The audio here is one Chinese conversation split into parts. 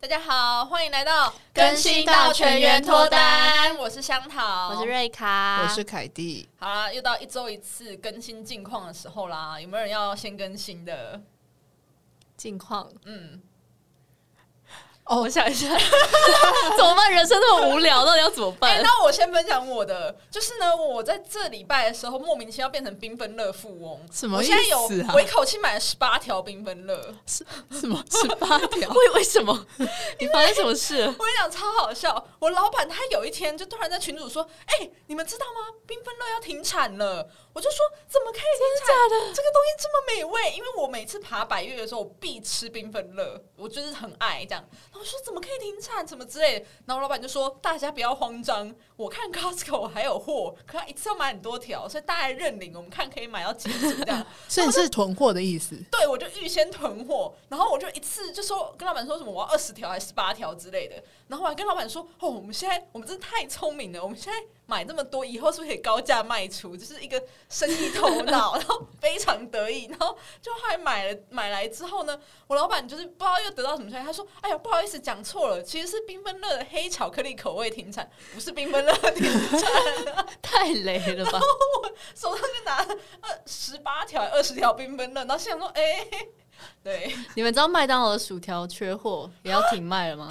大家好，欢迎来到更新到全员脱单，我是香桃，我是。瑞卡，我是凯蒂，好啦，又到一周一次更新近况的时候啦，有没有人要先更新的？近况。嗯，哦，我想一 下，怎么办？人生那么无聊，到底要怎么哎、办？那我先分享我的，就是呢，我在这礼拜的时候莫名其妙变成缤纷乐富翁，什么我现在有意思啊我一口气买了十八条缤纷乐，是 什么十八条？为为 什么？你发生什么事了？我跟你讲超好笑，我老板他有一天就突然在群主说：“哎、你们知道吗？缤纷乐要停产了。”我就说：“怎么可以停产？这个东西这么美味，因为我每次爬百越的时候，我必吃缤纷乐，我就是很爱这样。”然后我说：“怎么可以停产？什么之类的？”然后老板就说：“大家不要慌张，我看 Costco 还有货，可他一次要买很多条，所以大家认领，我们看可以买到几组这样。”所以你是囤货的意思？对，我就预先囤货，然后我就一次就说跟老板说什么我要二十条还是十八条之类的，然后我还跟老板说哦，我们现在我们真的太聪明了，我们现在买这么多，以后是不是可以高价卖出？就是一个生意头脑，然后非常得意，然后就后来买了买来之后呢，我老板就是不知道又得到什么消息，他说哎呀不好意思讲错了，其实是缤纷乐的黑巧克力口味停产，不是缤纷乐停产。太雷了吧！手上就拿了二十八条、二十条缤纷乐，然后心想说：“哎、对， 你们知道麦当劳的薯条缺货也要停卖了吗？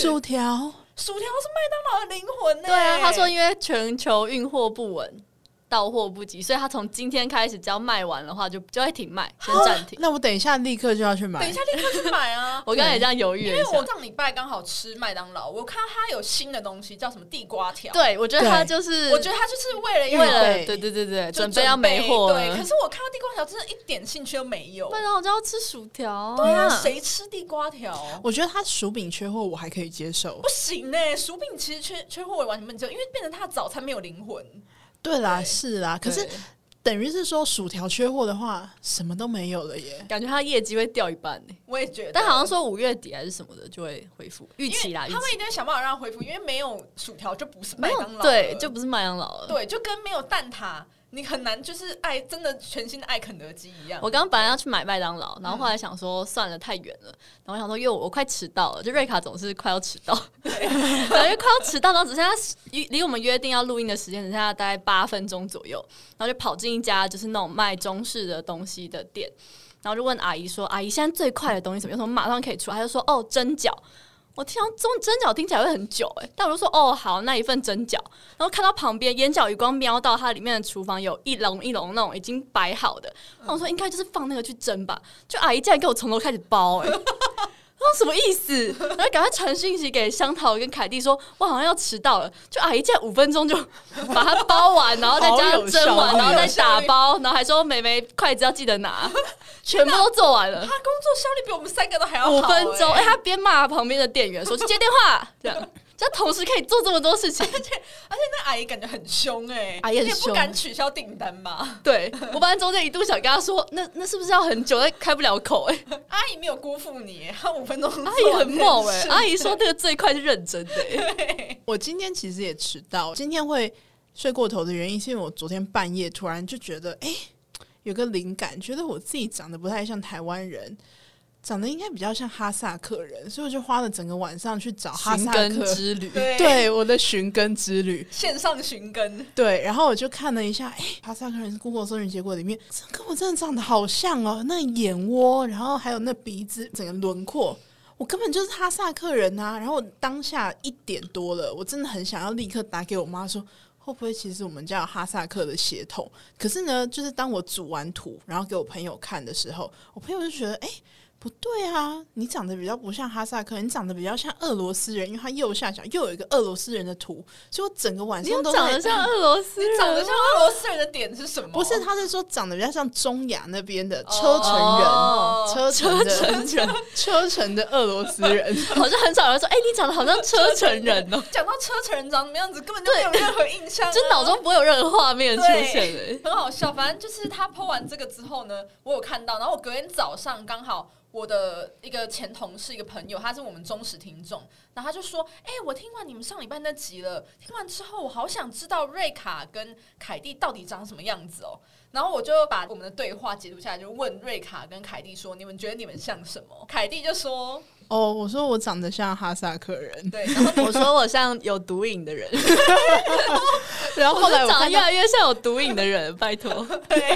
薯条薯条是麦当劳的灵魂呢、对啊，他说因为全球运货不稳，到货不及，所以他从今天开始，只要卖完的话就就会停 卖，先暂停。。那我等一下立刻就要去买。等一下立刻去买啊 我刚才也这样犹豫因了一为我下。上礼拜刚好吃麦当劳，我看到它有新的东西叫什么地瓜条，，对，我觉得他对就是，我觉得它就是为了为要了备对对对对，就准备要没货对，了可。是我看到地瓜条真的一点兴趣都没有。麦当劳就要吃薯条啊，对啊，谁吃地瓜条？我觉得它薯饼缺货，我还可以接受不。行呢、薯饼其实缺缺货我也完全不能接受，因为变成它的早餐没有灵魂。 对啦，对是啦，可是对等于是说薯条缺货的话，什么都没有了耶。感觉他业绩会掉一半呢。我也觉得，但好像说五月底还是什么的就会恢复预因期为啦，预他们一期定会想办法让它恢复，因为没有薯条就不是麦没当有劳，对，啊就不是麦当劳了。对，就跟没有蛋挞，你很难就是爱真的全心的爱肯德基一样。我刚刚本来要去买麦当劳，然后后来想说算了，太远了。然后我想说，因为我我快迟到了，就瑞卡总是快要迟到， 然后因为快要迟到，然后只剩下十离离我们约定要录音的时间只剩下大概八分钟左右，然后就跑进一家就是那种卖中式的东西的店，然后就问阿姨说：“阿姨，现在最快的东西什么？有什么马上可以出？”她就说：“哦，蒸饺。”我听到蒸蒸饺听起来会很久哎、但我就说哦好，那一份蒸饺，然后看到旁边眼角余光瞄到它里面的厨房有一笼一笼那种已经摆好的，那我说应该就是放那个去蒸吧，就阿姨竟然给我从头开始包哎、欸， 那什么意思？然后赶快传讯息给香桃跟凯蒂说，我好像要迟到了，就阿姨竟然五分钟就 把它包完，然后再加上蒸好有效完，欸率然后再打包，然后还说妹妹筷子要记得 拿，全部都做完了他。工作效率比我们三个都还要好、五分钟，哎、哎他边骂旁边的店员说去接电话，这样，这样同时可以做这么多事情。而且那阿姨感觉很凶哎、阿姨很你也不凶敢取消订单吧？对我本来中间一度想跟他说，那那是不是要很久？但开不了口、哎，阿姨没有辜负你、她五分钟做完阿这件事，姨很猛、哎，阿姨说那个最快是认真的、哎我今天其实也迟到，今天会睡过头的原因是因为我昨天半夜突然就觉得，哎、有个灵感，觉得我自己长得不太像台湾人，长得应该比较像哈萨克人，所以我就花了整个晚上去找哈寻萨根克。之旅，对对我的寻根之旅，线上寻根， 对，然后我就看了一下，哎，哈萨克人 Google 搜寻结果里面，这跟我真的长得好像哦，那眼窝，然后还有那鼻子，整个轮廓，我根本就是哈萨克人呐、然后我当下一点多了，我真的很想要立刻打给我妈说。会不会其实我们家有哈萨克的血统？可是呢，就是当我组完图，然后给我朋友看的时候，我朋友就觉得，哎、不对啊，你长得比较不像哈萨克人，你长得比较像俄罗斯人，因为他右下角又有一个俄罗斯人的图，所以我整个晚你又上都长在得像俄罗斯你人，长得像俄罗斯人的点是什么？不是，他是说长得比较像中亚那边的车臣人，哦车臣的车臣 车臣的俄罗斯人， 好像很少人说，哎、你长得好像车臣人哦、讲到车臣人长什么样子，根本就没有任何印象、啊， 就脑中不会有任何画面出对现、哎。很好笑。反正就是他 PO 完这个之后呢，我有看到，然后我隔天早上刚好我的一个前同事一个朋友，他是我们忠实听众，然后他就说：“哎、我听完你们上礼拜那集了，听完之后我好想知道瑞卡跟凯蒂到底长什么样子哦。”然后我就把我们的对话截图下来，就问瑞卡跟凯蒂说：“你们觉得你们像什么？”凯蒂就说：“哦，我说我长得像哈萨克 人，对，然后 我说我像有毒瘾 的人，然后后来我我长得看越到，来越像有毒瘾的人，拜托，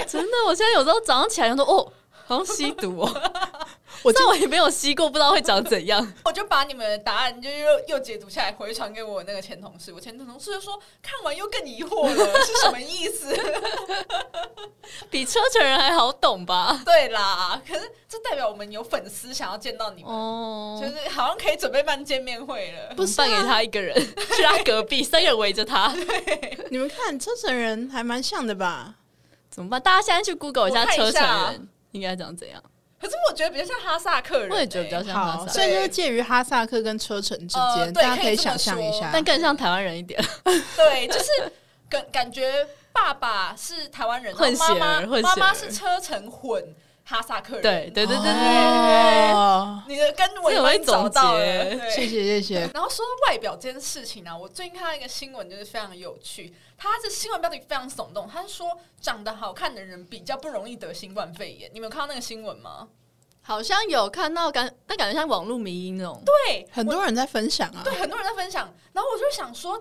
真的，我现在有时候早上起来就说哦。好像吸毒哦，我但我也没有吸过，不知道会长怎样。我就把你们的答案就又又解读下来，回传给我那个前同事。我前同事就说看完又更疑惑了，是什么意思？比车臣人还好懂吧？ 对啦，可是这代表我们有粉丝想要见到你们，哦就，是好像可以准备办见面会了。不是啊办给他一个人，去他隔壁，三个人围着他，你们看车城人还蛮像的吧？怎么办？大家现在去 Google 一下我看一车臣下人应该长怎样？可是我觉得比较像哈萨克人、我也觉得比较欸像哈好，萨所克，以就是介于哈萨克跟车臣之呃间，对大家可以以这么想象一说下。但更像台湾人一点。对，就是感感觉爸爸是台湾人，然后混血儿妈妈混血妈儿妈是车臣混哈萨克人，对对对对对对，哦，你的根我这很已会经找到了，总结对谢谢谢谢。然后说到外表这件事情呢、啊我最近看到一个新闻，就是非常有趣。它的新闻标题非常耸动，它是说长得好看的人比较不容易得新冠肺炎。你们有看到那个新闻吗？好像有看到感，但感觉像网络迷音那种。对，很我多人在分享啊，对很多人在分享。然后我就想说，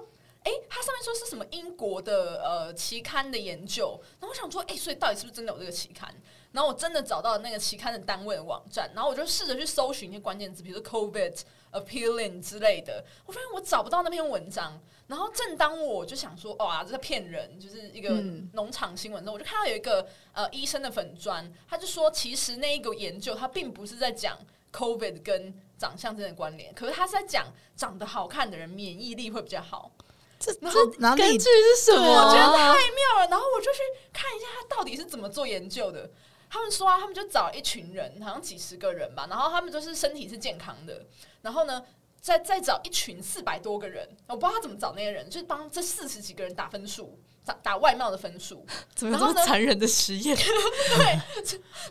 诶，它上面说是什么英国的呃期刊的研究，然后我想说，诶，所以到底是不是真的有这个期刊？然后我真的找到那个期刊的单位的网站，然后我就试着去搜寻一些关键字，比如说 COVID appealing 之类的，我发现我找不到那篇文章。然后正当我就想说，哇，这在骗人，就是一个嗯农场新闻之后，我就看到有一个呃医生的粉砖，他就说，其实那一个研究他并不是在讲 COVID 跟长相之间的关联，可是他是在讲长得好看的人免疫力会比较好。这然这哪根里据是什么？啊对我觉得太妙了。然后我就去看一下他到底是怎么做研究的。他们说啊，他们就找一群人，好像几十个人吧，然后他们就是身体是健康的，然后呢，再再找一群四百多个人，我不知道他怎么找那些人，就是帮这四十几个人打分数，打打外貌的分数，怎么有这么残忍的实验？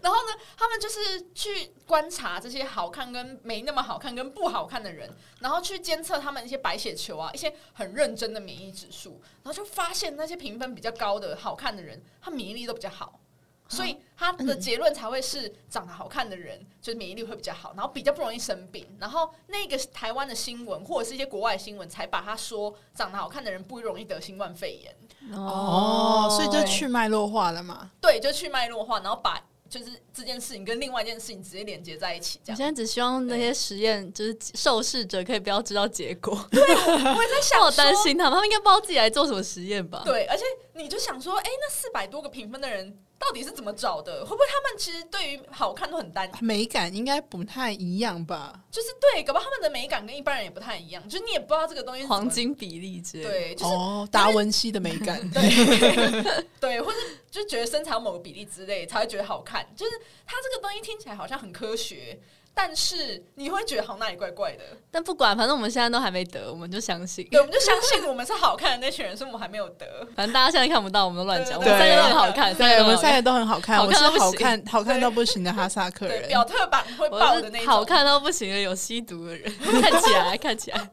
然后呢，他们就是去观察这些好看跟没那么好看跟不好看的人，然后去监测他们一些白血球啊，一些很认真的免疫指数，然后就发现那些评分比较高的好看的人，他免疫力都比较好。所以他的结论才会是长得好看的人，就是免疫力会比较好，然后比较不容易生病。然后那个台湾的新闻或者是一些国外新闻，才把他说长得好看的人不容易得新冠肺炎。哦，所以就对去脉络化了嘛。对，就去脉络化，然后把就是这件事情跟另外一件事情直接连接在一起，这我样现。在只希望那些实验就是受试者可以不要知道结 果，我也在想，我担。心他们，他们应该不知道自己来做什么实验吧？对，而且你就想说，哎、那四百多个评分的人到底是怎么找的？会不会他们其实对于好看都很单，美感应该不太一样吧？就是对，搞不好他们的美感跟一般人也不太一样，就是你也不知道这个东西是怎么黄。金比例之类的。对，就是、哦，达文西的美感，对， 或者就觉得身材有某个比例之类才会觉得好看。就是它这个东西听起来好像很科学，但是你会觉得好像哪里怪怪的。但不管，反正我们现在都还没得，我们就相 信。对，我们就相信我们是好看的那群人，所以我们还没有得。反正大家现在看不到，我们都乱讲。我对们三个都很好对 看，对我都很们好三看个都很好看，好我是看到不好行看好看到不行的哈萨克对，人。表特版会爆的我那种，是好看到不行的，有吸毒的人， 看起来看起 来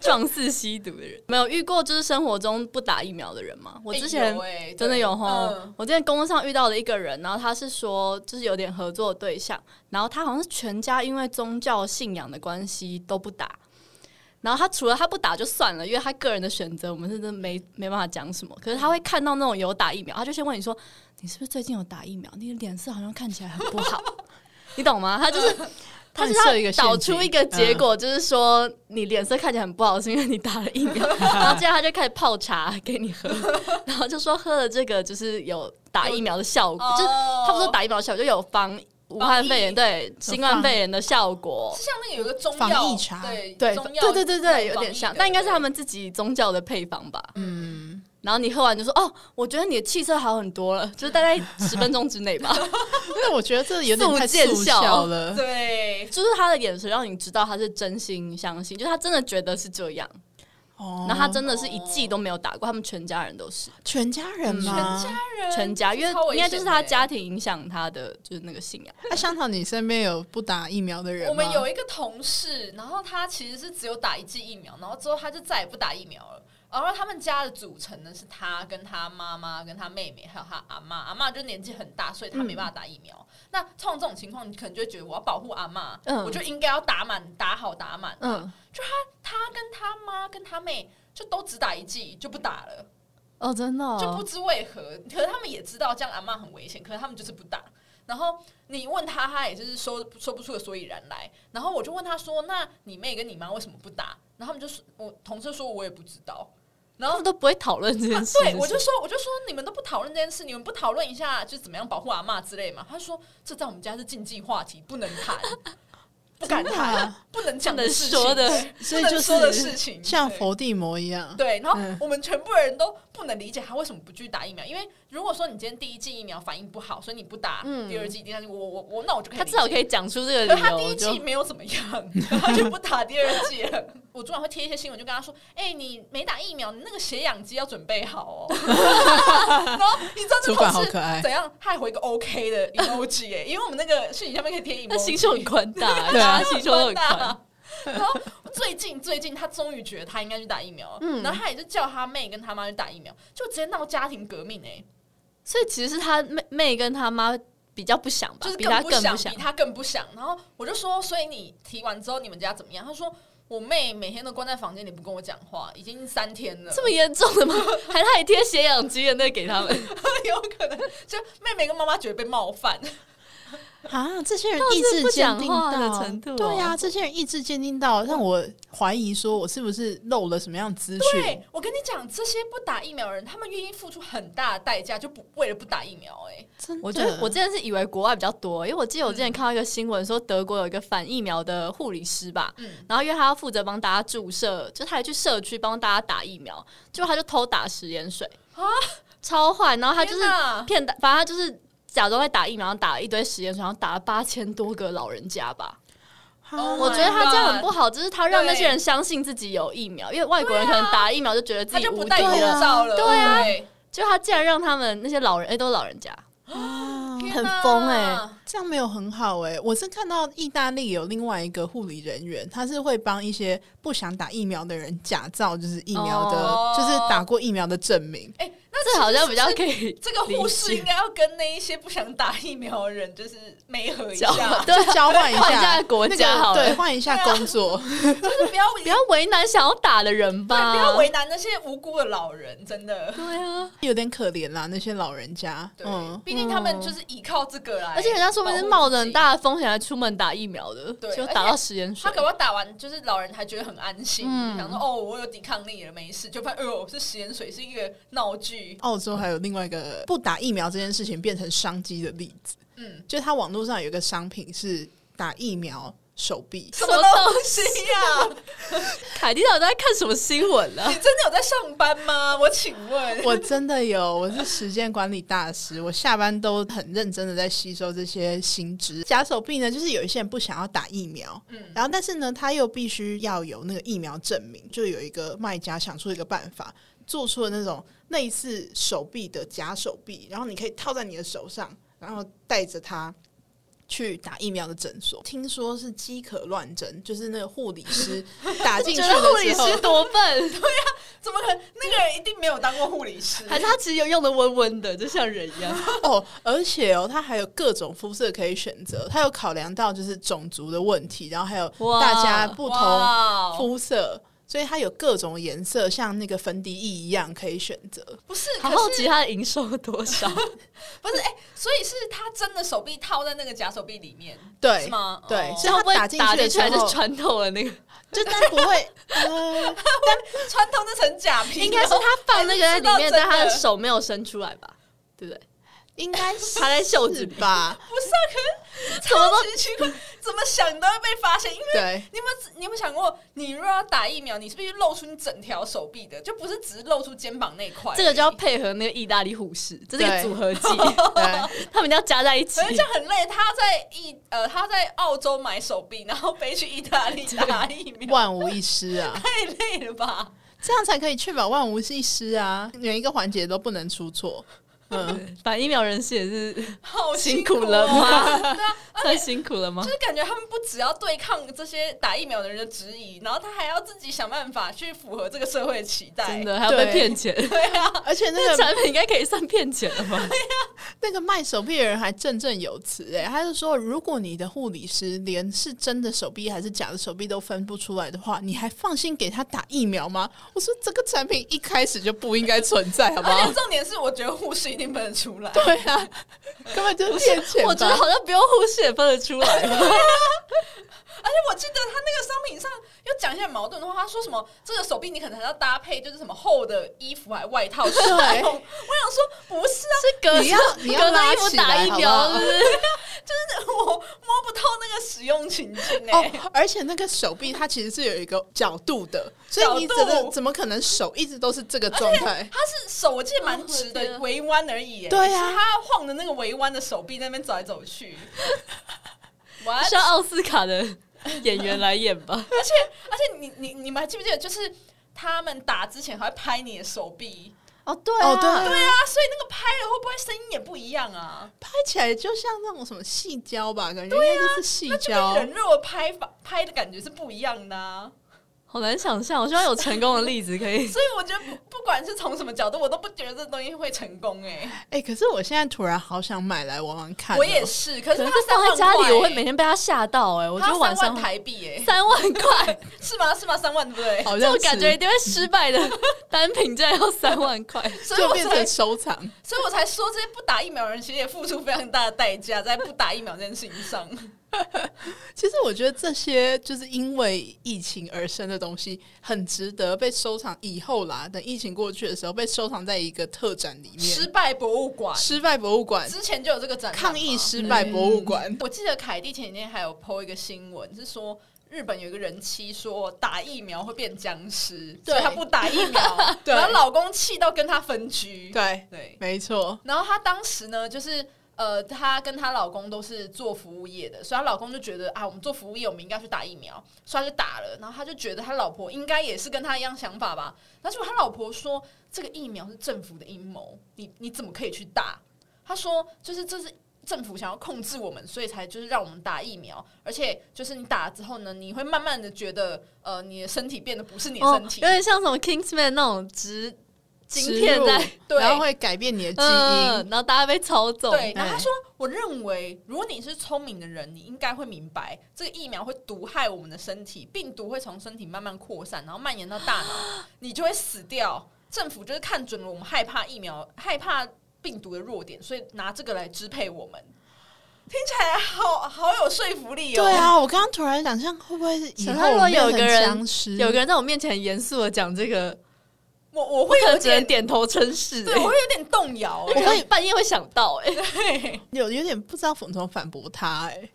状似吸毒的人，没有遇过就是生活中不打疫苗的人吗？我哎之前有哎真的对有啊哈、嗯我之前工作上遇到的一个人，然后他是说就是有点合作的对象，然后他好像是全家因为宗教信仰的关系都不打。然后他除了他不打就算了，因为他个人的选择，我们是真的没没办法讲什么。可是他会看到那种有打疫苗，他就先问你说：“你是不是最近有打疫苗？你的脸色好像看起来很不好， 你懂吗？”他就是他帮是你要设一个导陷阱嗯出一个结果，就是说你脸色看起来很不好，是因为你打了疫 苗。然后接着他就开始泡茶给你喝，然后就说喝了这个就是有打疫苗的效果，就是哦他们说打疫苗的效果就有防武汉肺炎对新冠肺炎的效果哦是。像那个有一个中药防疫茶对对，中药对对对对，有点像，但应该是他们们自己宗教的配方吧。嗯，然后你喝完就说：“哦，我觉得你的气色好很多了。”就是大概十分钟之内吧， 那我觉得这有点速太见速效 效了。对就是他的眼神让你知道他是真心相信，就是他真的觉得是这样。哦，然后他真的是一季都没有打过，他们全家人都是全家人嗯吗？家人全家，因这超为危应险该的欸就是他家庭影响他的就是那个信仰。那香草，你身边有不打疫苗的人吗？我们有一个同事，然后他其实是只有打一剂疫苗，然后之后他就再也不打疫苗了。然后他们家的组成呢是他跟他妈妈、跟他妹妹，还有他阿妈。阿妈就年纪很大，所以嗯他没办法打疫苗。那碰这种情况，你可能就会觉得我要保护阿妈，嗯我就应该要打满、打好、打满。嗯，他跟他妈、跟他妹就都只打一剂，就不打了。哦，真的、哦，就不知为何。可是他们也知道这样阿嬷很危险，可是他们就是不打。然后你问他，他也就是说说不出个所以然来。然后我就问他说：“那你妹跟你妈为什么不打？”然后他们就说：“我同事说我也不知道。”然他后啊们都不会讨论这件事。对我就说：“我就说你们都不讨论这件事，你们不讨论一下就是怎么样保护阿嬷之类嘛？”他说：“这在我们家是禁忌话题，不能谈，不敢真的谈啊，不能讲的不能事情，说的对所以不能就是说的事情，像对佛地魔一样，对，然后嗯我们全部人都不能理解他为什么不去打疫苗，因为如果说你今天第一剂疫苗反应不好，所以你不打嗯第二剂、第三剂，我我我那我就可以他理解。至少可以讲出这可个是理他由，第一就剂没有怎么样，然后他就不打第二剂了。我主管会贴一些新闻，就跟他说：“哎、你没打疫苗，你那个血氧机要准备 好哦。” 然后你知道这主管同事好 可爱怎样？他还回一个 OK 的 emoji 哎、因为我们那个讯息下面可以贴 emoji，他心胸很宽 大，对啊大家心胸都很宽。。 然后最近最近，他终于觉得他应该去打疫苗了，嗯然后他也就叫他妹跟他妈去打疫苗，就直接闹家庭革命哎、所以其实是他妹妹跟他妈比较不想吧，就是啊比他不更想，想比。他更不想。然后我就说，所以你提完之后，你们家怎么样？他说我妹每天都关在房间里不跟我讲话，已经三天了，这么严重的吗？ 还他还贴血氧机的那个给他们， 有可能就妹妹跟妈妈觉得被冒犯，啊，这些人到意是志不坚讲定话到的程度哦对啊，这些人意志坚定到让我怀疑，说我是不是漏了什么样的资讯？对我跟你讲，这些不打疫苗的人，他们愿意付出很大的代价，就不为了不打疫苗、哎，真的，我觉得我之前是以为国外比较多，因为我记得我之嗯前看到一个新闻说德国有一个反疫苗的护理师吧，嗯，然后因为他要负责帮大家注射，就他还去社区帮大家打疫苗，结果他就偷打食盐水啊，超坏，然后啊他就是天哪骗打，反正他就是假装在打疫苗，然后打了一堆实验水，然后打了八千多个老人家吧。啊 Oh 我觉得他这样很不好，就是他让对那些人相信自己有疫苗，因为外国人可能打疫苗就觉得自他己就不无戴敌口对啊了，罩了，对啊对就他竟然让他们那些老人，哎、都是老人家，啊很疯欸哎、这样没有很好哎、我是看到意大利有另外一个护理人员，他是会帮一些不想打疫苗的人假造就是疫苗的，哦就是打过疫苗的证明。哎、那这好像是不比是较可以这个护士理解应该要跟那一些不想打疫苗的人就是媒合一交下， 对就交换一换一下下国家好那个了对，换一下工作。 就是不要 不要啊为难想要打的人对吧，不要为难那些无辜的老人，真的。对啊。有点可怜啦，那些老人家。对嗯，，毕竟他们就是依靠这个来，而且人家说明是冒着很。大的风险来出门打疫苗的，对就打到食盐水他可。能打完，就是老人还觉得很安心，嗯想说哦，我有抵抗力了，没事。就发现，哎呦，是食盐水是一个闹 剧。澳洲还有另外一个不打疫苗这件事情变成商机的例子，嗯，就是它网络上有一个商品是打疫苗手臂，什么东西呀、凯蒂到底在看什么新闻啊呢、你真的有在上班吗？我请问， 我真的有，我是时间管理大师，我下班都很认真的在吸收这些新知。假手臂呢，就是有一些人不想要打疫苗，嗯然后但是呢，他又必须要有那个疫苗证明，就有一个卖家想出一个办法，做出了那种类似手臂的假手臂，然后你可以套在你的手上，然后带着它。去打疫苗的诊所，听说是饥渴乱真，就是那个护理 师打进去觉的得护理时候，师多笨，怎么可能？那个人一定没有当过护理师， 还是他其实有用的温温的，就像人一样。 哦，而且哦，它还有各种肤色可以选择，它有考量到就是种族的问题，然后还有哇哦大家不同哇哦肤色，所以它有各种颜色，像那个粉底液一样可以选择。不是， 好可是好奇他的营收多少？ 不是，哎、所以是他真的手臂套在那个假手臂里面，对是，吗？对哦是这样会不会打打进进去的去还时候是穿透了那个？就但不会，呃，穿透这层假皮， 哦应该是他放 那个在里面，还是知道真的但他的手没有伸出来吧？对不对？应该是他在袖子里吧？不是啊？可是怎么超级奇怪，怎么想都会被发现，因为。对，你有没有你有没有想过，你如果要打疫苗，你是不是露出你整条手臂的，就不是只是露出肩膀那一块而已？这个就要配合那个意大利护士，这是一对个组合技， 对，他们一定要加在一起 可。是这样很累。他在意呃，他在澳洲买手臂，然后飞去意大利打疫 苗，万无一失啊，太累了吧？这样才可以确保万无一失啊，每一个环节都不能出错。 嗯，反正疫苗人士也是好辛苦苦了吗哦？对啊，太辛苦了吗就？是感觉他们不只要对抗这些打疫苗的人的质疑，然后他还要自己想办法去符合这个社会的期待。真的还要被对骗钱？对啊，而且那这个产品应该可以算骗钱 了吧？那个卖手臂的人还振振有词哎、他就说，如果你的护理师连是真的手臂还是假的手臂都分不出来的话，你还放心给他打疫苗吗？我说这个产品一开始就不应该存在，好不而好且？重点是，我觉得护士一定分得出来。 对啊，根本就是骗 钱吧。我觉得好像不用呼吸也分得出 来。而且我记得他那个商品上又讲一些矛盾的话，他说什么这个手臂你可能还要搭配就是什么厚的衣服还外套使用。我想对说不是啊，是隔你要你要隔着拉衣服起来打疫苗，好不好是不是？就是我摸不透那个使用情境哎、哦，而且那个手臂它其实是有一个角度的，所以你角怎度么怎么可能手一直都是这个状态？他是手我记得蛮直哦的我的天围弯而已、欸，对啊是他晃的那个围弯的手臂在那边走来走 去。完，需要奥斯卡的演员来演吧？ 而且而且你你你们还记不记得，就是他们打之前还会拍你的手臂，哦，对 哦，对啊，对啊，所以那个拍了会不会声音也不一样啊？拍起来就像那种什么细胶吧，感觉应该啊就是细那就胶跟。人肉的拍法拍的感觉是不一样的、啊，好难想象。我希望有成功的例子可嗯以。所以我觉得不不管是从什么角度，我都不觉得这东西会成功哎、哎、可是我现在突然好想买来玩玩看哦。我也是，可可是是他三放在万家块里，欸我会每天被他吓到哎、我觉它得晚三上万台币哎、三万 块，是吗？是吗？三万对不对？好这像种是感觉一定会失败的单品，竟然要三万 块。所以就我变才成，收藏。所以我才说这些不打疫苗的人其实也付出非常大的代价在不打疫苗这件事情 上。 其实我觉得这些就是因为疫情而生的东西，很值得被收藏。以后啦，等疫情过去的时候，被收藏在一个特展里面。失败博物馆失败博物馆，之前就有这个展览嘛抗议失败博物馆。嗯我记得凯蒂前几天还有 PO 一个新闻，是说日本有一个人妻说打疫苗会变僵尸，对所以她不打疫苗， 对然后老公气到跟她分居。对，对，没错。然后她当时呢，就是呃，她跟她老公都是做服务业的，所以她老公就觉得啊，我们做服务业，我们应该去打疫苗，所以她就打了。然后她就觉得她老婆应该也是跟她一样想法吧。然后结果她老婆说，这个疫苗是政府的阴谋，你你怎么可以去打？她说，就是这是。政府想要控制我们，所以才就是让我们打疫苗，而且就是你打了之后呢，你会慢慢的觉得，呃，你的身体变得不是你的哦身，体，有点像什么 Kingsman 那种植晶植片入在对然后会改变你的基因。嗯，然后大家被操纵。对，然后哎他说：“我认为，如果你是聪明的人，你应该会明白，这个疫苗会毒害我们的身体，病毒会从身体慢慢扩散，然后蔓延到大脑，你就会死 掉。政府就是看准了我们害怕疫苗、害怕病毒的弱点，所以拿这个来支配我们。听起来好好有说服力哦。对，啊，我刚刚突然想象，会不会是以想后象如我果有们变成个人僵尸？有个人在我面前很严肃的讲这个，我我我会可有能只能点，点头称是、对哎我会有点动摇我。可能半夜会想到、哎，有有点不知道怎么反驳他、哎，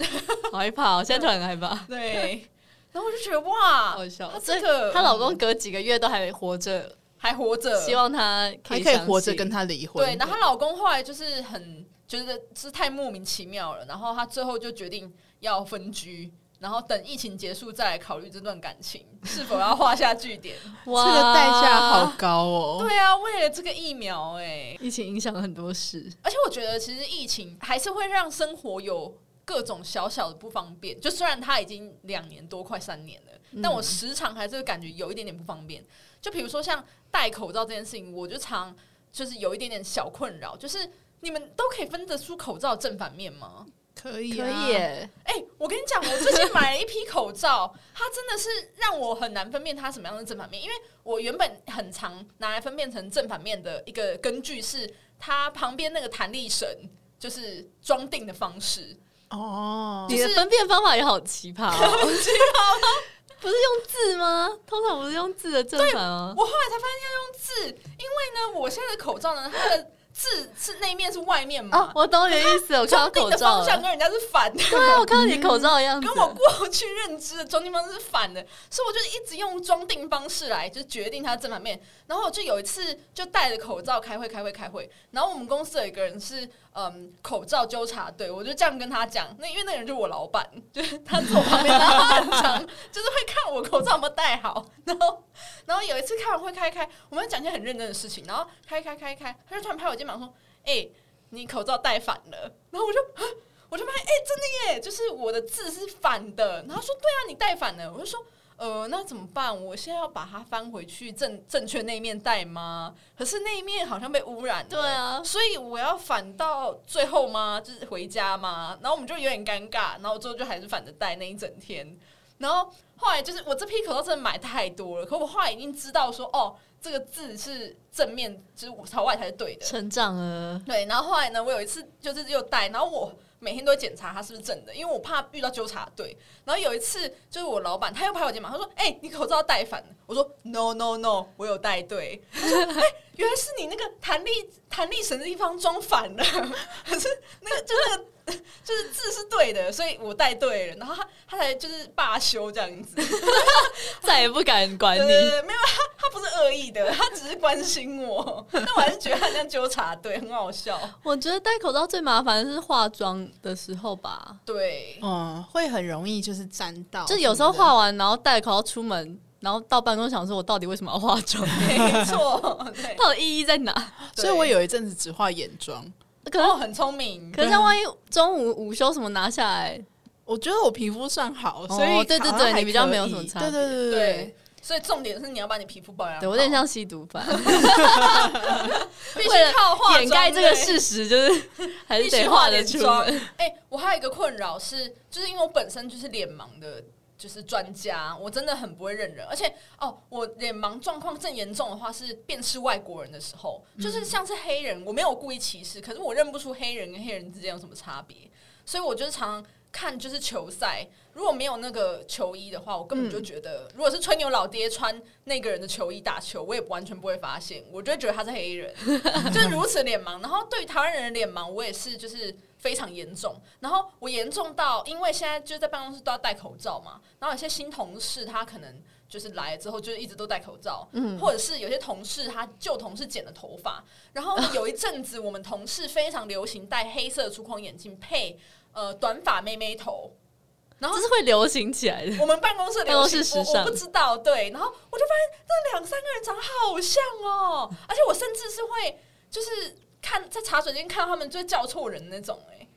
好害怕、哦，现在突然很害怕，对，然后我就觉得哇，好笑。她所这以个她老公隔几个月都还活着，还活着，希望她还可可以以活着跟她。他离婚。对，然后她老公后来就是很觉得是太莫名其妙了，然后她最后就决定要分居，然后等疫情结束再来考虑这段感情是否要画下句点。这个代价好。高哦。对啊，为了这个疫苗、哎，疫情影响了很多事，而且我觉得其实疫情还是会让生活有。各种小小的不方便，就虽然它已经两年多快三年了，但我时常还是会感觉有一点点不方便。就比如说像戴口罩这件事情，我就常就是有一点点小困扰，就是你们都可以分得出口罩的正反面吗？可以、可啊，以、耶哎、我跟你讲，我最近买了一批口罩， 它真的是让我很难分辨它什么样的正反面，因为我原本很常拿来分辨成正反面的一个根据是它旁边那个弹力绳，就是装订的方式。哦。你的分辨方法也好奇葩、哦， 不是用字吗？通常不是用字的正反吗？我后来才发现要用字，因为呢，我现在的口罩呢，它的字是那一面是外面啊嘛，，我懂你的意思，我看到装订口的罩方向了，跟人家是反的。对啊，我看到你口罩的样子，跟我过去认知的装订方式是反的，所以我就一直用装订方式来就是决定它的正反面。然后我就有一次就戴着口罩开会，开会，开会。然后我们公司有一个人是嗯口罩纠察队，我就这样跟他讲，那因为那个人就是我老板， 就是他坐我旁边，然后他很常就是会看我口罩有没有戴好。然后然后有一次开完会开一开，我们在讲一些很认真的事情，然后开一开开一开，他就突然拍我肩膀说：“哎、你口罩戴反了。”然后我就 啊我就发现，哎、真的耶，就是我的字是反的。然后说：“对啊，你戴反了。”我就说。呃，那怎么办？我现在要把它翻回去正正确那一面戴吗？可是那一面好像被污染了，对啊，所以我要反到最后吗？就是回家吗？然后我们就有点尴尬，然后我最后就还是反着戴那一整天。然后后来就是我这批口罩真的买太多了，可我后来已经知道说，哦，这个字是正面，就是朝外才是对的。成长了，对，然后后来呢，我有一次就是又戴，然后我每天都会检查它是不是正的，因为我怕遇到纠察队。然后有一次就是我老板他又拍我肩膀，他说：“哎、你口罩戴反了。”我说：“No No No，我有戴对。”他说：“哎、原来是你那个弹力弹力绳的地方装反了，可是那个就那个。”就是字是对的，所以我戴对了，然后他他才就是罢休这样子。再也不敢管对你。对对，没有他他不是恶意的，他只是关心我， 但我还是觉得他像纠察队，很好笑。我觉得戴口罩最麻烦的是化妆的时候吧，对，嗯，会很容易就是沾到，就有时候化完然后戴口罩出门，然后到办公室想说我到底为什么要化妆，没 错，对， 到底意义在哪？对所以我有一阵子只画眼妆。可哦，能很聪明，可是像万一中午午休什么拿下来，我觉得我皮肤算好，所以哦对对对好像还你比较可以没有什么差别对对对对。所以重点是你要把你皮肤保养好，对我有点像吸毒 犯，必为了须靠化妆掩盖这个类事实，就是还必是须得化欸化得点出妆门。 哎、我还有一个困扰是，就是因为我本身就是脸盲的，就是专家，我真的很不会认人。而且哦，我脸盲状况更严重的话是辨识外国人的时候，就是像是黑人，我没有故意歧视，可是我认不出黑人跟黑人之间有什么差别，所以我就是常。看就是球赛，如果没有那个球衣的话，我根本就觉得，如果是吹牛老爹穿那个人的球衣打球，我也完全不会发现，我就会觉得他是黑人。就是如此脸盲。然后对于台湾人的脸盲，我也是就是非常严重。然后我严重到，因为现在就是在办公室都要戴口罩嘛，然后有些新同事他可能。就是来了之后，就是一直都戴口罩，或者是有些同事他旧同事剪了头发，然后呢有一阵子我们同事非常流行戴黑色粗框眼镜配呃短发妹妹头，然后这是会流行起来的。我们办公室流行办公室时我尚我不知道，对，然后我就发现那两三个人长得好像哦，而且我甚至是会就是看在茶水间看到他们就会叫错人那种、哎，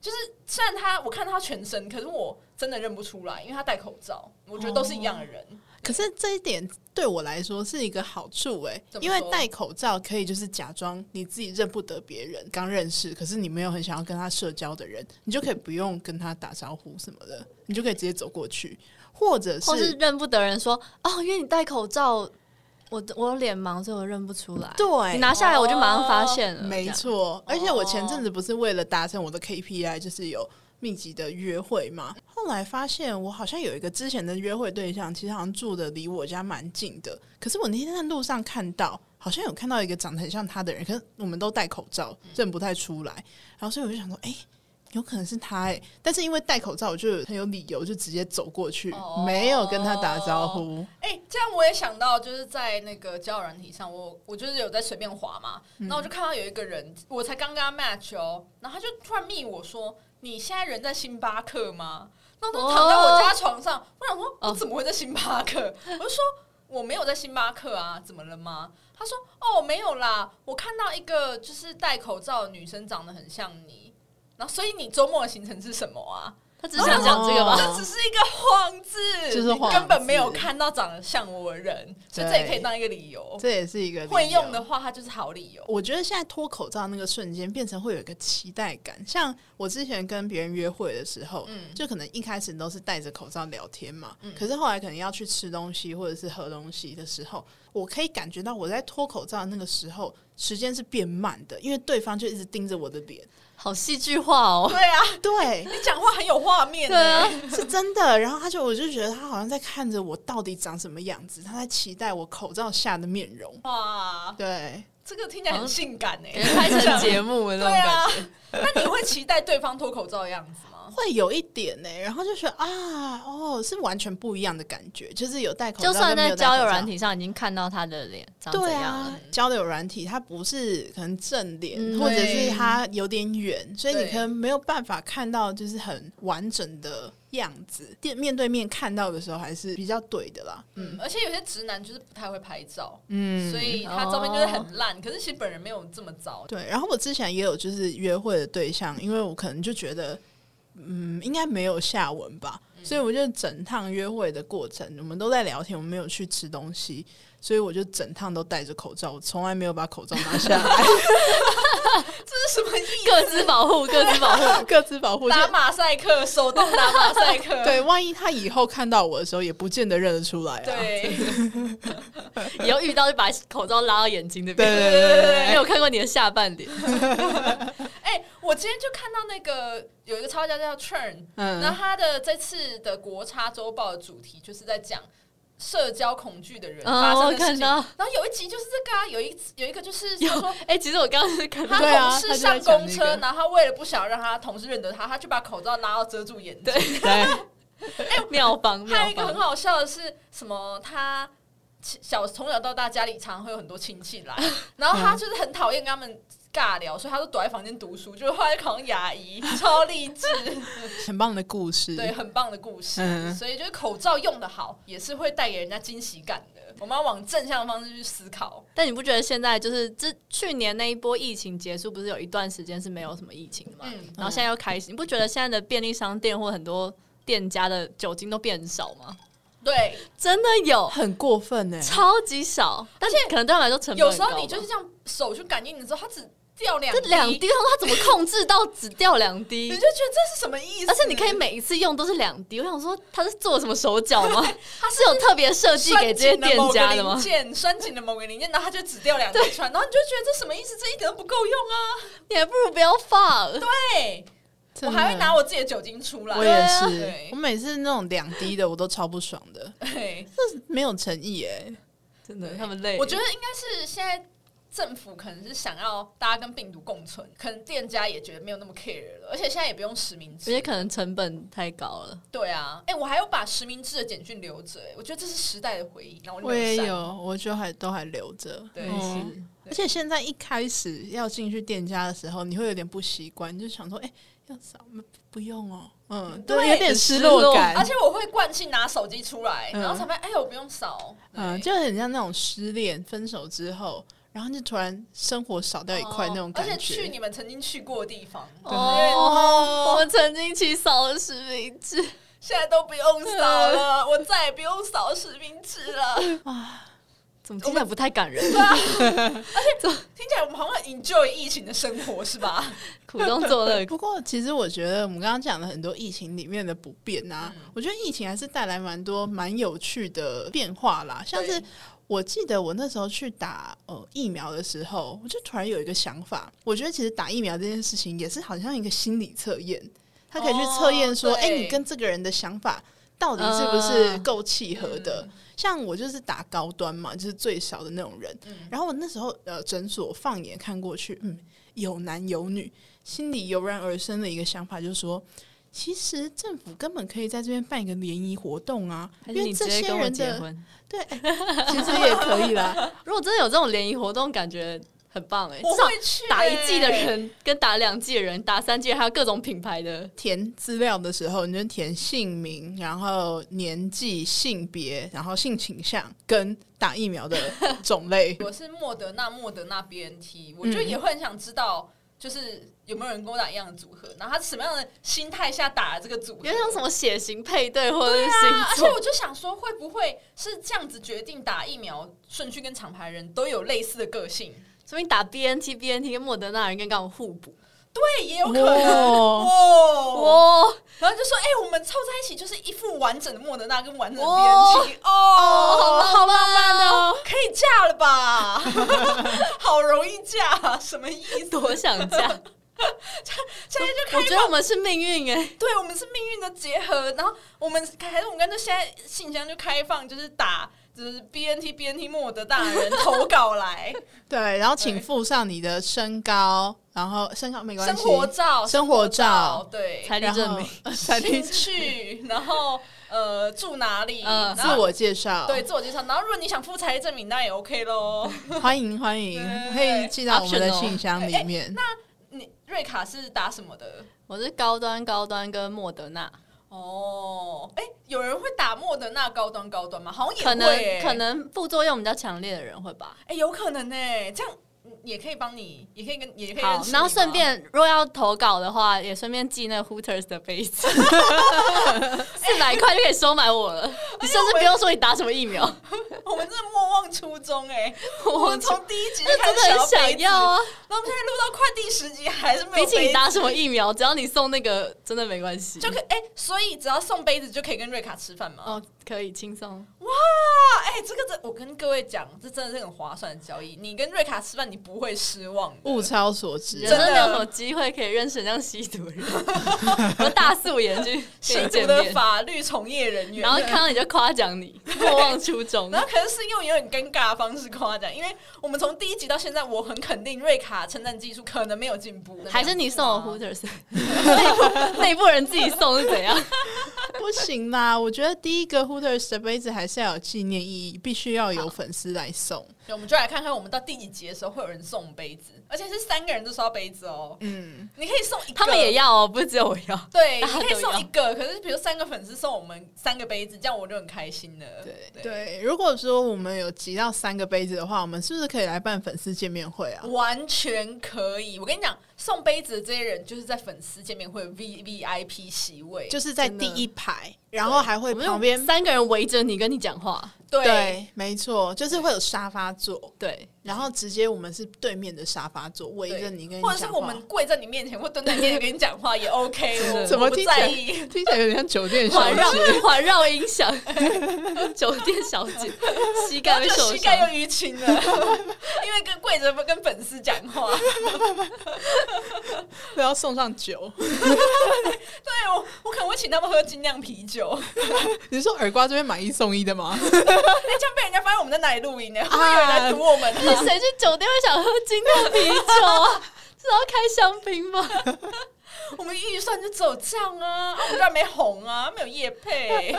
就是虽然他我看到他全身，可是我真的认不出来，因为他戴口罩，我觉得都是一样的人，可是这一点对我来说是一个好处哎、怎么说因为戴口罩可以就是假装你自己认不得别人，刚认识，可是你没有很想要跟他社交的人，你就可以不用跟他打招呼什么的，你就可以直接走过去，或者是或是认不得人说哦，因为你戴口罩，我我脸盲，所以我认不出来。对哦你拿下来我就马上发现了，没这样。错，而且我前阵子不是为了达成我的 KPI，就是有密集的约会嘛。后来发现我好像有一个之前的约会对象，其实好像住的离我家蛮近的。可是我那天在路上看到，好像有看到一个长得很像他的人，可是我们都戴口罩，认不太出来。然后所以我就想说，哎、有可能是他哎、但是因为戴口罩，我就很有理由就直接走过去，哦没有跟他打招呼。哎、这样我也想到，就是在那个交友软体上，我我就是有在随便滑嘛，然后我就看到有一个人，我才刚跟他 match 哦，然后他就突然密我说：“你现在人在星巴克吗？”然后他躺在我家床上，我想说，我怎么会在星巴克？我就说我没有在星巴克啊，怎么了吗？他说：“哦，没有啦，我看到一个就是戴口罩的女生长得很像你，然后所以你周末的行程是什么啊？”他只是想讲这个吧哦？这只是一个幌子，就是幌子你根本没有看到长得像我的人，所以这也可以当一个理由。这也是一个理由哦会用的话，它就是好理由。我觉得现在脱口罩那个瞬间，变成会有一个期待感。像我之前跟别人约会的时候，嗯就可能一开始都是戴着口罩聊天嘛，嗯可是后来可能要去吃东西或者是喝东西的时候，我可以感觉到我在脱口罩的那个时候，时间是变慢的，因为对方就一直盯着我的脸，好戏剧化哦，对啊，对，你讲话很有画面、对啊欸，是真的。然后他就我就觉得他好像在看着我到底长什么样子，他在期待我口罩下的面容。哇，对，这个听起来很性感哎、感觉拍成节目的那 对种感啊觉。，那你会期待对方脱口罩的样子吗？吗？会有一点呢、欸然后就觉得啊，哦，是完全不一样的感觉，就是有戴口就罩，算在交友软体，体上已经看到他的脸长怎对样啊了，，交友软体它不是可能正脸，嗯或者对是它有点远，所以你对可能没有办法看到就是很完整的样子。面面对面看到的时候还是比较对的啦，嗯，而且有些直男就是不太会拍照，嗯，所以他照片就是很烂。可是其实本人没有这么糟，对，然后我之前也有就是约会的对象，因为我可能就觉得，嗯，应该没有下文吧，嗯所以我就整趟约会的过程，我们都在聊天，我们没有去吃东西，所以我就整趟都戴着口罩，我从来没有把口罩拿下 来，这是什么意思？各自保护，各自保护。各自保护。就打马赛克，手动打马赛克，对，万一他以后看到我的时候，也不见得认得出来啊。对，以后遇到就把口罩拉到眼睛那对边，对对对对没有看过你的下半脸。哎、我今天就看到那个有一个插画家叫 Churn，嗯那、他的这次的国差周报的主题就是在讲社交恐惧的人发哦嗯，生我的事看情。到。然后有一集就是这个啊，有一有一个就是他 说哎、其实我刚刚是看到他对啊同事他上就在讲公那车，个然后他为了不想让他同事认得他，他就把口罩拉到遮住眼睛。对，妙方，还有一个妙很方好笑的是什么？他其小从小到大家里常会有很多亲戚 来，然后嗯他就是很讨厌跟他们尬聊，所以他就躲在房间读书，就是后来考上牙医，超励志，很棒的故事。对，很棒的故事。嗯所以就是口罩用的好，也是会带给人家惊喜感的。我们要往正向的方式去思考。但你不觉得现在就是这去年那一波疫情结束，不是有一段时间是没有什么疫情的吗？嗯然后现在又开始，你不觉得现在的便利商店或很多店家的酒精都变少吗？对，真的有，很过分欸呢、超级少，哎而且可能对他们来说成本有很时高吧候你就是这样手去感应的时候，它只掉两这两滴，滴，他说他怎么控制到只掉两滴你就？觉得这是什么意思？而且你可以每一次用都是两滴，我想说他是做了什么手脚吗？ 他是有特别设计给这些店家拴紧了某个的零吗？件拴紧的某个零件，然后它就只掉两滴穿，然后你就觉得这什么意思？这一点都不够用啊！你还不如不要放。对，我真还会的拿我自己的酒精出来。我也对是，我每次那种两滴的，我都超不爽的，对，没有诚意哎、真的，他们累。我觉得应该是现在政府可能是想要大家跟病毒共存，可能店家也觉得没有那么 care 了，而且现在也不用实名而且制。可能成本太高了。对啊，哎、我还有把实名制的简讯留着、哎我觉得这是时代的回忆。然后我就也删，有，我就还都还留着。对嗯而且现在一开始要进去店家的时候，你会有点不习惯，你就想说，哎、要扫吗？不用哦，嗯，对有点很失失落感而，且我会惯性拿手机出来，嗯然后才发现，哎、我不用扫。嗯，对就很像那种失恋、分手之后，然后就突然生活少掉一块那种感哦而且去觉。你们曾经去过的地方，对哦，我们曾经去扫了实名制，现在都不用扫了，我再也不用扫实名制 了。怎么听起来不太感人？听起来我们好像很 enjoy 疫情的生活是吧？苦中作 乐。不过，其实我觉得我们刚刚讲了很多疫情里面的不便啊，嗯我觉得疫情还是带来蛮多蛮有趣的变化啦，像是对我记得我那时候去打呃疫苗的时候，我就突然有一个想法，我觉得其实打疫苗这件事情也是好像一个心理测验，他可以去测验说，哦哎、对你跟这个人的想法到底是不是够契合的？嗯像我就是打高端嘛，就是最少的那种人。嗯然后我那时候呃诊所放眼看过去，嗯，有男有女，心里油然而生的一个想法就是说。其实政府根本可以在这边办一个联谊活动啊，还因是为你直这接些跟我人结的婚？对，其实也可以啦。如果真的有这种联谊活动，感觉很棒哎、我至少会去、打一季的，人跟打两季的人，打三季还有各种品牌的，填资料的时候，你就填姓名，然后年纪、性别，然后性倾向跟打疫苗的种 。类我是莫德纳、莫德纳 BNT，我嗯就也会很想知道，就是有没有人跟我打一样的组合，然后他什么样的心态下打了这个组合，有点像什么血型配对或者是啊。而星且座。我就想说，会不会是这样子决定打疫苗顺序跟厂牌人都有类似的个性？说明打 BNT、BNT 跟莫德纳人跟刚好互补。对，也有可能。哇、哇哦，然后就说：“哎、我们凑在一起就是一副完整的莫德纳跟完整的哦 BNT 哦，好浪漫哦， 可以 嫁了吧？好容易嫁，什么意思？多想嫁！现在就我开觉得我们是命运哎、对，我们是命运的结合。然后我们还是我们干脆现在信箱就开放，就是打就是 BNT BNT 莫的大人投稿来，对，然后请对附上你的身高，然后身高没关生系，活照、生活照，对，财力然证后 明。才兴 能趣，然后呃住哪里，嗯然后自我介绍，对，自我介绍。然后如果你想付财力证明，那也 OK 咯。欢迎欢迎对，可以寄到我们的 Optional 信箱里面。你瑞卡是打什么的？我是高端高端跟莫德纳，哦，哎、有人会打莫德纳高端高端吗？好像也可会、能欸，可能副作用比较强烈的人会吧。哎、有可能呢、这样嗯也可以帮你，也可以跟，也可以认好识，你然后顺吗便如果要投稿的话，也顺便寄那个 Hooters 的 杯子，四百块就可以收买我了。哎你甚至不用说你打什么疫苗，我们真的莫忘初衷哎、我我们从第一集就那开真始想要的很想杯子要，啊！然后我们现在录到快第十集还是没比有起杯你子，打什么疫苗，只要你送那个，真的没关系。就可以哎、所以只要送杯子就可以跟瑞卡吃饭吗？哦，可以轻松。哇，哎、这个这我跟各位讲，这真的是很划算的交易。你跟瑞卡吃饭，你不会失望的。物超所值人，真生的没有什么机会可以认识这样吸毒的 人，我大素颜去跟吸你毒见的面，法啊律从业人员，然后看到你就夸奖你，莫忘初 衷然。后可能是用有点尴尬的方式夸奖，因为我们从第一集到现在，我很肯定瑞卡称赞技术可能没有进步，还是你送我 Hooters，内部内部人自己送是怎样？ 不行啦！我觉得第一个 Hooters 的杯子还是要有纪念意义，必须要有粉丝来送。对，我们就来看看我们到第几集的时候会有人送杯子，而且是三个人都收到杯子哦。嗯，你可以送一个，他们也要哦，不是只有我要。对，你大家可以都送要一个，可是比如三个粉丝送我们三个杯子，这样我就很开心了。对对。如果说我们有集到三个杯子的话，我们是不是可以来办粉丝见面会啊？完全可以。我跟你讲，送杯子的这些人就是在粉丝见面会 V V I P 席位，就是在真的第一排，然后还会我们旁就边三个人围着你跟你讲话，对对，没错，就是会有沙发座，对，然后直接我们是对面的沙发座围对着你跟你或者是讲我话们跪在你面前或蹲在你面前跟你讲话 也 OK，真的我怎么我不听起在来意？听起来有点像酒店小环绕姐。环绕音响， 酒店小姐膝盖然被后就受膝盖又伤，淤青了， 因为跟跪着不跟粉丝讲话。都 要送上酒。对我，我可能会请他们喝精酿啤酒。 你是说耳瓜这边买一送一的吗？哎、这样被人家发现我们在哪里录音啊呢？会不会有人来堵我们啊？是谁去酒店会想喝精酿啤酒啊？ 是要开香槟吗？我们预算就只有这样啊，啊我们这还没红啊，没有业 配。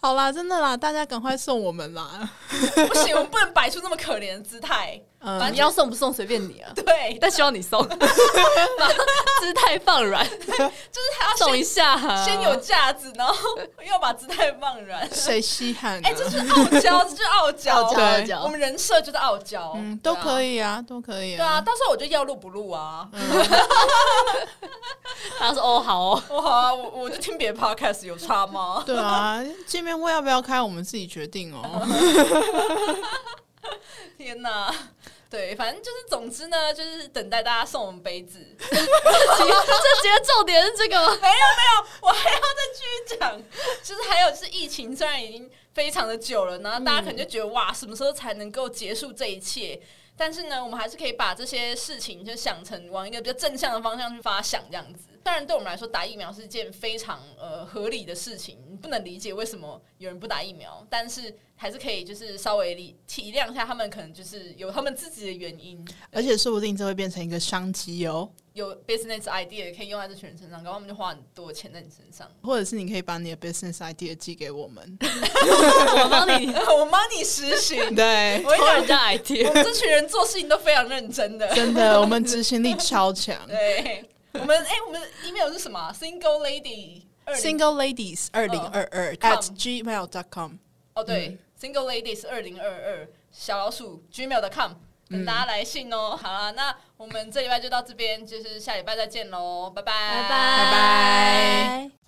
好啦，真的啦，大家赶快送我们啦！不行，我们不能摆出那么可怜的姿态。嗯反，你要送不送随便你啊，对，但希望你送，把姿态放软，就是还要送先一下啊，先有架子，然后要把姿态放 软。谁稀罕、啊？哎、这是傲娇，这就是傲娇。傲娇对傲娇我们人设就是傲娇，嗯，都可以。以啊，嗯都可以、对啊，，到时候我就要录不录啊？他说哦好哦，我好啊，我我就听别的 podcast 有差吗？对啊，见面会要不要开，我们自己决 定哦。天哪！ 对，反正就是，总之呢，就是等待大家送我们杯子。 其实这节重点是这个吗？没有没有，我还要再继续讲，就是还有就是疫情虽然已经非常的久了，然后大家可能就觉得、哇，什么时候才能够结束这一切？但是呢，我们还是可以把这些事情就想成往一个比较正向的方向去发想，这样子。当然，对我们来说，打疫苗是一件非常呃合理的事情，你不能理解为什么有人不打疫苗，但是还是可以就是稍微理体谅一下他们，可能就是有他们自己的原因。而且说不定这会变成一个商机哦，有 business idea 可以用在这群人身上，然后他们就花很多钱在你身上。 或者是你可以把你的 business idea 寄给我们。我帮你我帮你实行。对， 我跟你偷讲，人家我 idea，们这群人做事情都非常认真的。真的，我们执行力超强。对，我们哎、我们 email 是什么啊？Single Lady 二 Single ladies 二零二二 at gmail dot com，哦，对、s i n g l e Ladies 二零二二小老鼠 gmail.com。跟大家来信哦，好啦，那我们这礼拜就到这边，就是下礼拜再见喽，拜拜，拜拜拜。